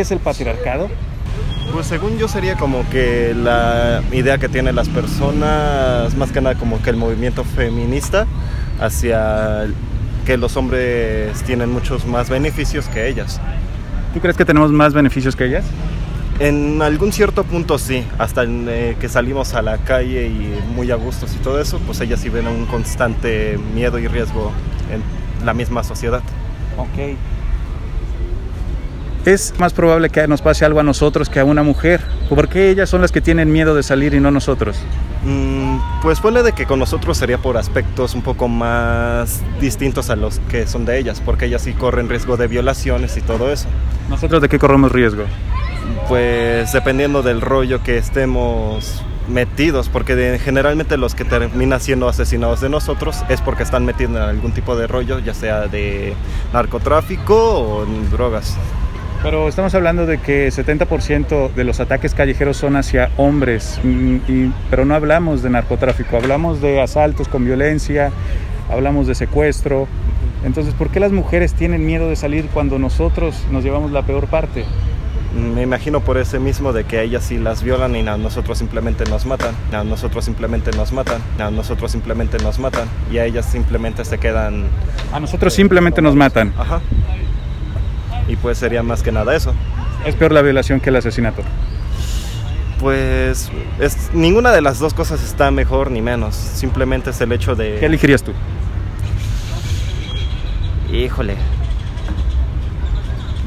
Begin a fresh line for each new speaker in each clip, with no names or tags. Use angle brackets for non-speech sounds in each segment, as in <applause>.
es el patriarcado?
Pues según yo sería como que la idea que tienen las personas, más que nada como que el movimiento feminista hacia que los hombres tienen muchos más beneficios que ellas.
¿Tú crees que tenemos más beneficios que ellas?
En algún cierto punto sí, hasta en, eh, que salimos a la calle y muy a gustos y todo eso, pues ellas sí ven un constante miedo y riesgo en la misma sociedad.
Ok. Es más probable que nos pase algo a nosotros que a una mujer. ¿Por qué ellas son las que tienen miedo de salir y no nosotros?
Mm, pues ponle de que con nosotros sería por aspectos un poco más distintos a los que son de ellas, porque ellas sí corren riesgo de violaciones y todo eso.
¿Nosotros de qué corremos riesgo?
Pues dependiendo del rollo que estemos metidos, porque de- generalmente los que terminan siendo asesinados de nosotros es porque están metidos en algún tipo de rollo, ya sea de narcotráfico o en drogas.
Pero estamos hablando de que 70% de los ataques callejeros son hacia hombres, mm, y- pero no hablamos de narcotráfico, hablamos de asaltos con violencia, hablamos de secuestro. Entonces, ¿por qué las mujeres tienen miedo de salir cuando nosotros nos llevamos la peor parte?
Me imagino por ese mismo de que a ellas sí las violan y a nosotros simplemente nos matan, a nosotros simplemente nos matan, a nosotros simplemente nos matan y a ellas simplemente se quedan...
A nosotros simplemente nos matan.
Ajá. Y pues sería más que nada eso.
Es peor la violación que el asesinato.
Pues es, ninguna de las dos cosas está mejor ni menos, simplemente es el hecho de...
¿Qué elegirías tú?
Híjole.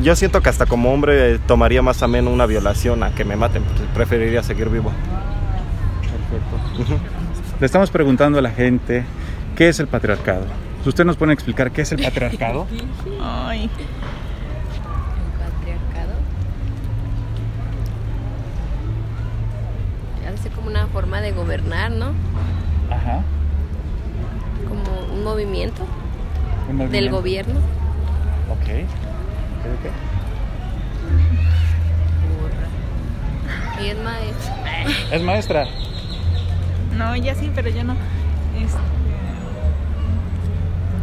Yo siento que hasta como hombre eh, tomaría más ameno una violación a que me maten, pues, preferiría seguir vivo. Ujú.
Le estamos preguntando a la gente qué es el patriarcado. Si usted nos pone a explicar qué es el patriarcado,
Ay.
El patriarcado. Ha de ser como una forma de gobernar, ¿no?
Ajá,
Como un movimiento
un movimiento.
del gobierno
Ok. Ok, ok.
y es maestro.
Es maestra.
No, ya sí, pero yo no. Este,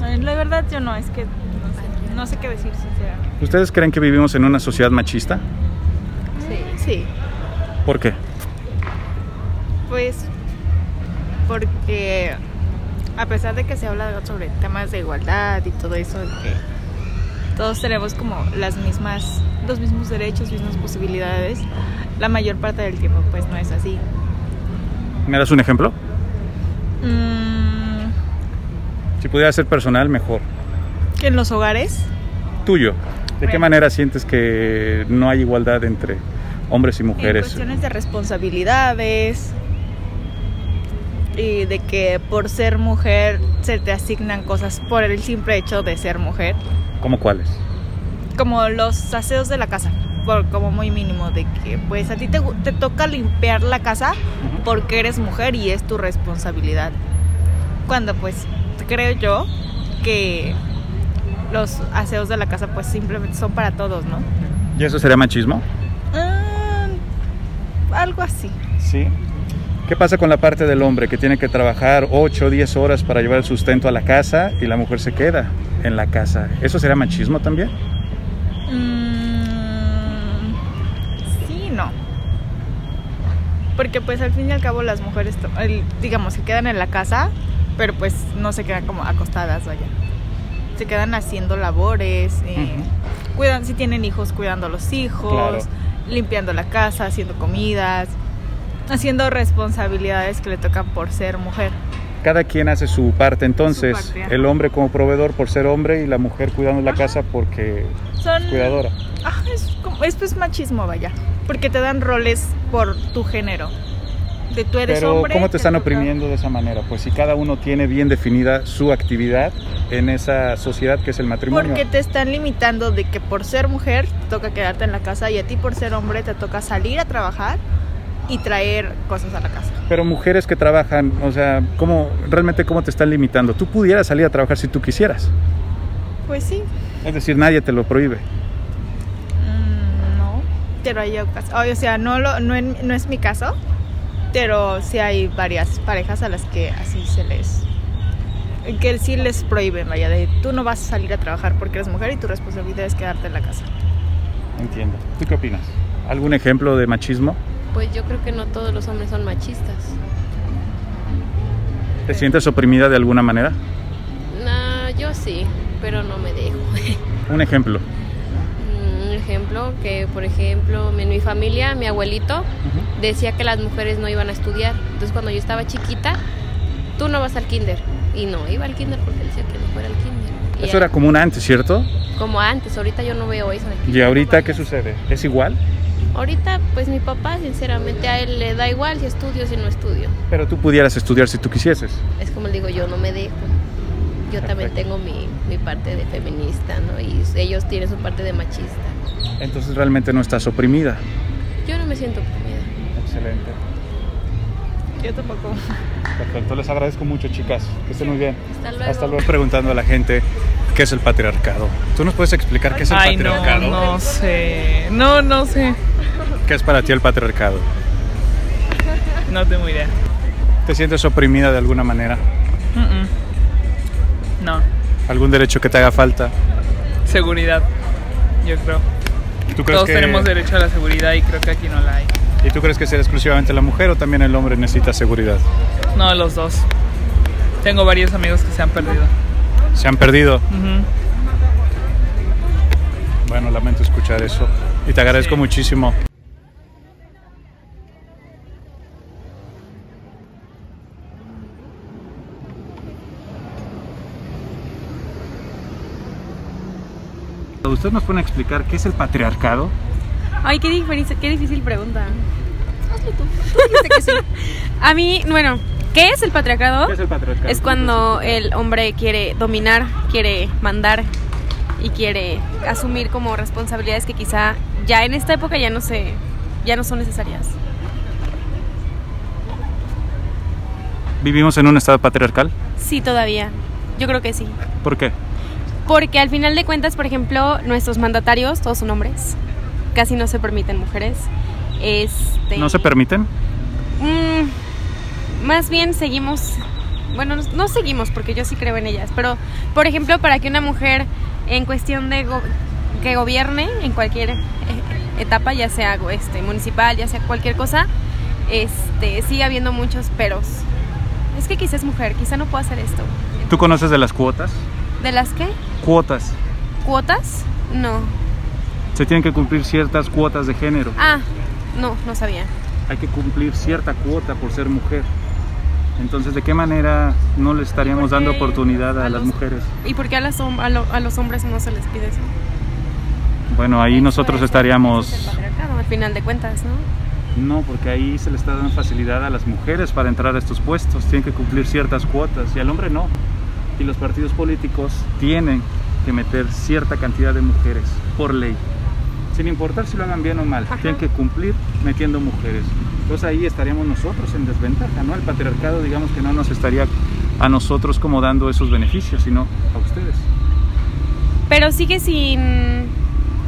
ay,
eh,
La verdad yo no, es que no sé, no sé qué decir sinceramente.
¿Ustedes creen que vivimos en una sociedad machista?
Sí.
Sí,
¿Por qué?
pues porque a pesar de que se habla sobre temas de igualdad y todo eso, de que todos tenemos como las mismas, los mismos derechos, mismas posibilidades, la mayor parte del tiempo pues no es así.
¿Me das un ejemplo?
Mm,
Si pudiera ser personal, mejor.
que en los hogares,
Tuyo. ¿De qué
Bueno.
manera sientes que no hay igualdad entre hombres y
en
mujeres?
cuestiones de responsabilidades y de que por ser mujer se te asignan cosas por el simple hecho de ser mujer.
¿Cómo cuáles?
como los aseos de la casa, por como muy mínimo, de que pues a ti te, gu- te toca limpiar la casa porque eres mujer y es tu responsabilidad. Cuando pues creo yo que los aseos de la casa pues simplemente son para todos, ¿no?
¿Y eso sería machismo?
Mm, Ah, algo así.
Sí. ¿Qué pasa con la parte del hombre que tiene que trabajar 8 o 10 horas para llevar el sustento a la casa y la mujer se queda en la casa? ¿Eso será machismo también?
Mm, sí, no. Porque pues al fin y al cabo las mujeres, to- el- digamos, se quedan en la casa, pero pues no se quedan como acostadas, vaya. Se quedan haciendo labores, eh, cuidan, si tienen hijos, cuidando a los hijos,
Claro.
limpiando la casa, haciendo comidas, haciendo responsabilidades que le tocan por ser mujer.
Cada quien hace su parte entonces,
Su parte, ajá.
el hombre como proveedor por ser hombre y la mujer cuidando la casa porque
Son,
es cuidadora.
Ah, es, como- es pues machismo, vaya. Porque te dan roles por tu género. De tú eres
Pero
hombre.
¿cómo te están
toca-
oprimiendo de esa manera? Pues si cada uno tiene bien definida su actividad en esa sociedad que es el matrimonio.
Porque te están limitando de que por ser mujer te toca quedarte en la casa y a ti por ser hombre te toca salir a trabajar y traer cosas a la casa.
Pero mujeres que trabajan, o sea, ¿cómo, realmente cómo te están limitando? Tú pudieras salir a trabajar si tú quisieras.
Pues sí.
Es decir, nadie te lo prohíbe.
Mm, no. Pero hay ocas- ay, O sea, no, lo, no, en- no es mi caso. Pero sí hay varias parejas a las que así se les. Que sí les prohíben, vaya, de tú no vas a salir a trabajar porque eres mujer y tu responsabilidad es quedarte en la casa.
Entiendo. ¿Tú qué opinas? ¿Algún ejemplo de machismo?
Pues yo creo que no todos los hombres son machistas.
¿Te sientes oprimida de alguna manera?
Nah, yo sí, pero no me dejo.
Un ejemplo.
Mm, Un ejemplo que, por ejemplo, en mi familia, mi abuelito decía que las mujeres no iban a estudiar. Entonces cuando yo estaba chiquita, tú no vas al kinder. Y no, iba al kinder porque él decía que no fuera al kinder. Y
Eso
a-
era común antes, ¿cierto?
como antes, ahorita yo no veo eso. de que
¿Y
no
ahorita qué
vayas.
sucede? ¿Es igual?
Ahorita, pues mi papá, sinceramente, a él le da igual si estudio o si no estudio.
Pero tú pudieras estudiar si tú quisieses.
Es como le digo, yo no me dejo. Yo también
Perfecto.
tengo mi, mi parte de feminista, ¿no? Y ellos tienen su parte de machista.
Entonces realmente no estás oprimida.
Yo no me siento oprimida.
Excelente.
Yo tampoco.
Perfecto. Les agradezco mucho, chicas. Que estén muy bien.
Hasta luego.
Hasta luego. Preguntando a la gente qué es el patriarcado. ¿Tú nos puedes explicar qué es el
Ay, no,
patriarcado?
no sé. No, no sé.
¿Qué es para ti el patriarcado?
No tengo idea.
¿Te sientes oprimida de alguna manera?
Mm, mm. No,
¿Algún derecho que te haga falta?
seguridad. Yo creo.
¿Tú crees
Todos
que-
tenemos derecho a la seguridad y creo que aquí no la hay.
¿Y tú crees que será exclusivamente la mujer o también el hombre necesita seguridad?
No, los dos. Tengo varios amigos que se han perdido.
Se han perdido.
Ujú.
Bueno, lamento escuchar eso. Y te agradezco
Sí.
muchísimo. ¿Ustedes nos pueden explicar qué es el patriarcado?
Ay, qué, diferi- qué difícil pregunta. A mí, bueno, ¿qué es el patriarcado?
¿Qué es el patriarcado?
Es cuando el hombre quiere dominar, quiere mandar y quiere asumir como responsabilidades que quizá ya en esta época ya no se ya no son necesarias.
¿Vivimos en un estado patriarcal?
Sí, todavía. Yo creo que sí.
¿Por qué?
Porque al final de cuentas, por ejemplo, nuestros mandatarios todos son hombres. Casi no se permiten mujeres. Este
¿No se permiten?
Mm, más bien seguimos, bueno, no, no seguimos porque yo sí creo en ellas, pero por ejemplo, para que una mujer en cuestión de go- que gobierne en cualquier eh, etapa, ya sea go- este, municipal, ya sea cualquier cosa, este, sigue habiendo muchos peros. Es que quizás es mujer, quizá no pueda hacer esto.
¿Tú conoces de las cuotas?
¿De las qué?
Cuotas.
¿Cuotas? No.
Se tienen que cumplir ciertas cuotas de género.
Ah, no, no sabía.
hay que cumplir cierta cuota por ser mujer. Entonces, ¿de qué manera no le estaríamos
Porque
dando oportunidad a,
a
las
los-
mujeres?
¿Y por qué a, las hom- a lo- a los hombres no se les pide eso?
Bueno, ahí
Eso
nosotros
es- pues, es el
estaríamos...
patriarcado, Al final de cuentas, ¿no?
No, porque ahí se le está dando facilidad a las mujeres para entrar a estos puestos. Tienen que cumplir ciertas cuotas y al hombre no. Y los partidos políticos tienen que meter cierta cantidad de mujeres por ley. Sin importar si lo hagan bien o mal,
Ajá.
tienen que cumplir metiendo mujeres. Entonces ahí estaríamos nosotros en desventaja, ¿no? El patriarcado, digamos que no nos estaría a nosotros como dando esos beneficios, sino a ustedes.
Pero sigue sin.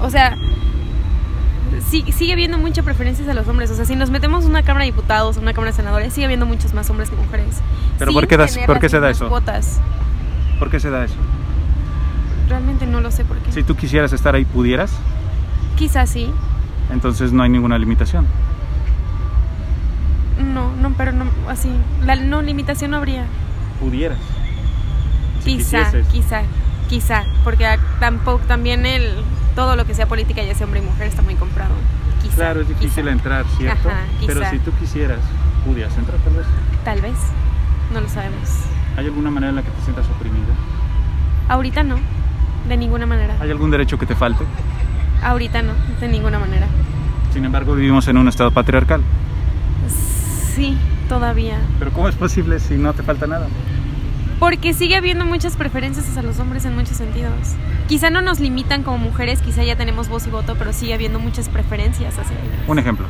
O sea. sí- sigue habiendo muchas preferencias a los hombres. O sea, si nos metemos en una Cámara de Diputados, en una Cámara de Senadores, sigue habiendo muchos más hombres que mujeres.
Pero
Sin
¿por qué das-
tener
por
las
qué se da
mismas
eso?
Cuotas.
¿Por qué se da eso?
Realmente no lo sé por qué.
Si tú quisieras estar ahí, pudieras,
Quizás sí.
entonces no hay ninguna limitación.
No, no, pero no. Así. La no limitación no habría.
Pudieras. Si
quizá,
quisieses.
quizá, quizá. Porque tampoco. También el. Todo lo que sea política, ya sea hombre y mujer, está muy comprado. Quizá.
Claro, es difícil
quizá.
entrar, ¿cierto?
Ajá,
Pero
quizá.
si tú quisieras, pudieras entrar tal vez.
Tal vez. No lo sabemos.
¿Hay alguna manera en la que te sientas oprimida?
Ahorita no, de ninguna manera.
¿Hay algún derecho que te falte?
Ahorita no, de ninguna manera.
Sin embargo, vivimos en un estado patriarcal.
Sí, todavía.
Pero ¿cómo es posible si no te falta nada?
Porque sigue habiendo muchas preferencias hacia los hombres en muchos sentidos. Quizá no nos limitan como mujeres, quizá ya tenemos voz y voto, pero sigue habiendo muchas preferencias hacia ellas.
Un ejemplo.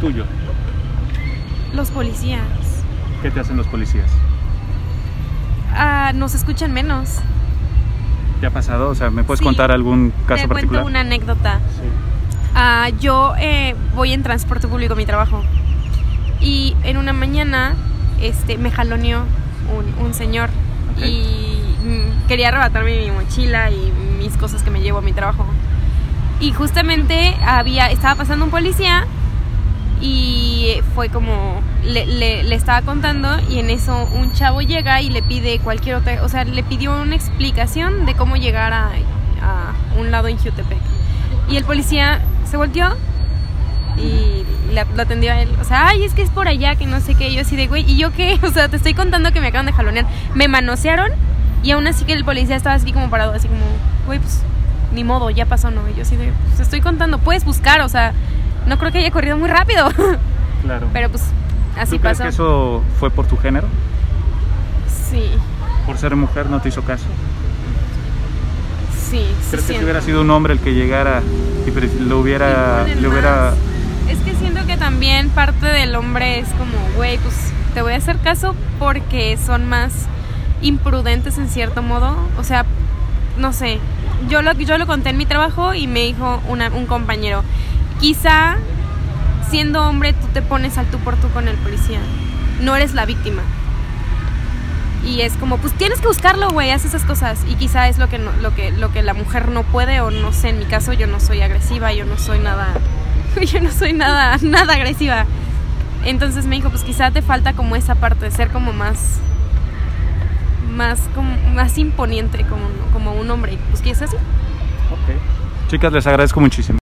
Tuyo.
Los policías
¿Qué te hacen los policías?
ah, nos escuchan menos.
¿Te ha pasado? O sea, ¿me puedes
Sí.
contar algún caso
Te
particular?
cuento una anécdota.
Sí.
Ah, yo eh, voy en transporte público a mi trabajo. Y en una mañana este, me jaloneó un, un señor
Ok.
y mm, quería arrebatarme mi mochila y mis cosas que me llevo a mi trabajo. Y justamente había, estaba pasando un policía y fue como, le, le- le estaba contando y en eso un chavo llega y le pide cualquier otra, o sea, le pidió una explicación de cómo llegar a, a un lado en Jutepec. Y el policía se volteó y la- lo atendió a él. O sea, ay, es que es por allá, que no sé qué. Y yo así de, güey, ¿y yo qué? <laughs> O sea, te estoy contando que me acaban de jalonear. Me manosearon y aún así que el policía estaba así como parado, así como, güey, pues ni modo, ya pasó, ¿no? Y yo así de, pues estoy contando, puedes buscar, o sea, no creo que haya corrido muy rápido. <laughs>
Claro.
Pero pues así
¿Tú crees
pasó.
que eso fue por tu género?
Sí,
¿Por ser mujer no te hizo caso?
sí,
¿Crees
sí.
que si
siento.
hubiera sido un hombre el que llegara y pre- lo hubiera...
Imponen
Le hubiera...
más. Es que siento que también parte del hombre es como, güey, pues te voy a hacer caso porque son más imprudentes en cierto modo. O sea, no sé, yo lo, yo lo conté en mi trabajo y me dijo una- un compañero, quizá siendo hombre tú te pones al tú por tú con el policía, no eres la víctima. Y es como, pues tienes que buscarlo, güey, haz esas cosas. Y quizá es lo que, no- lo, que, lo que la mujer no puede, o no sé, en mi caso yo no soy agresiva, yo no soy nada, <laughs> yo no soy nada, nada agresiva. Entonces me dijo, pues quizá te falta como esa parte, de ser como más, más, como, más imponiente como, como un hombre. Y, Pues quizás sí.
Ok. Chicas, les agradezco muchísimo.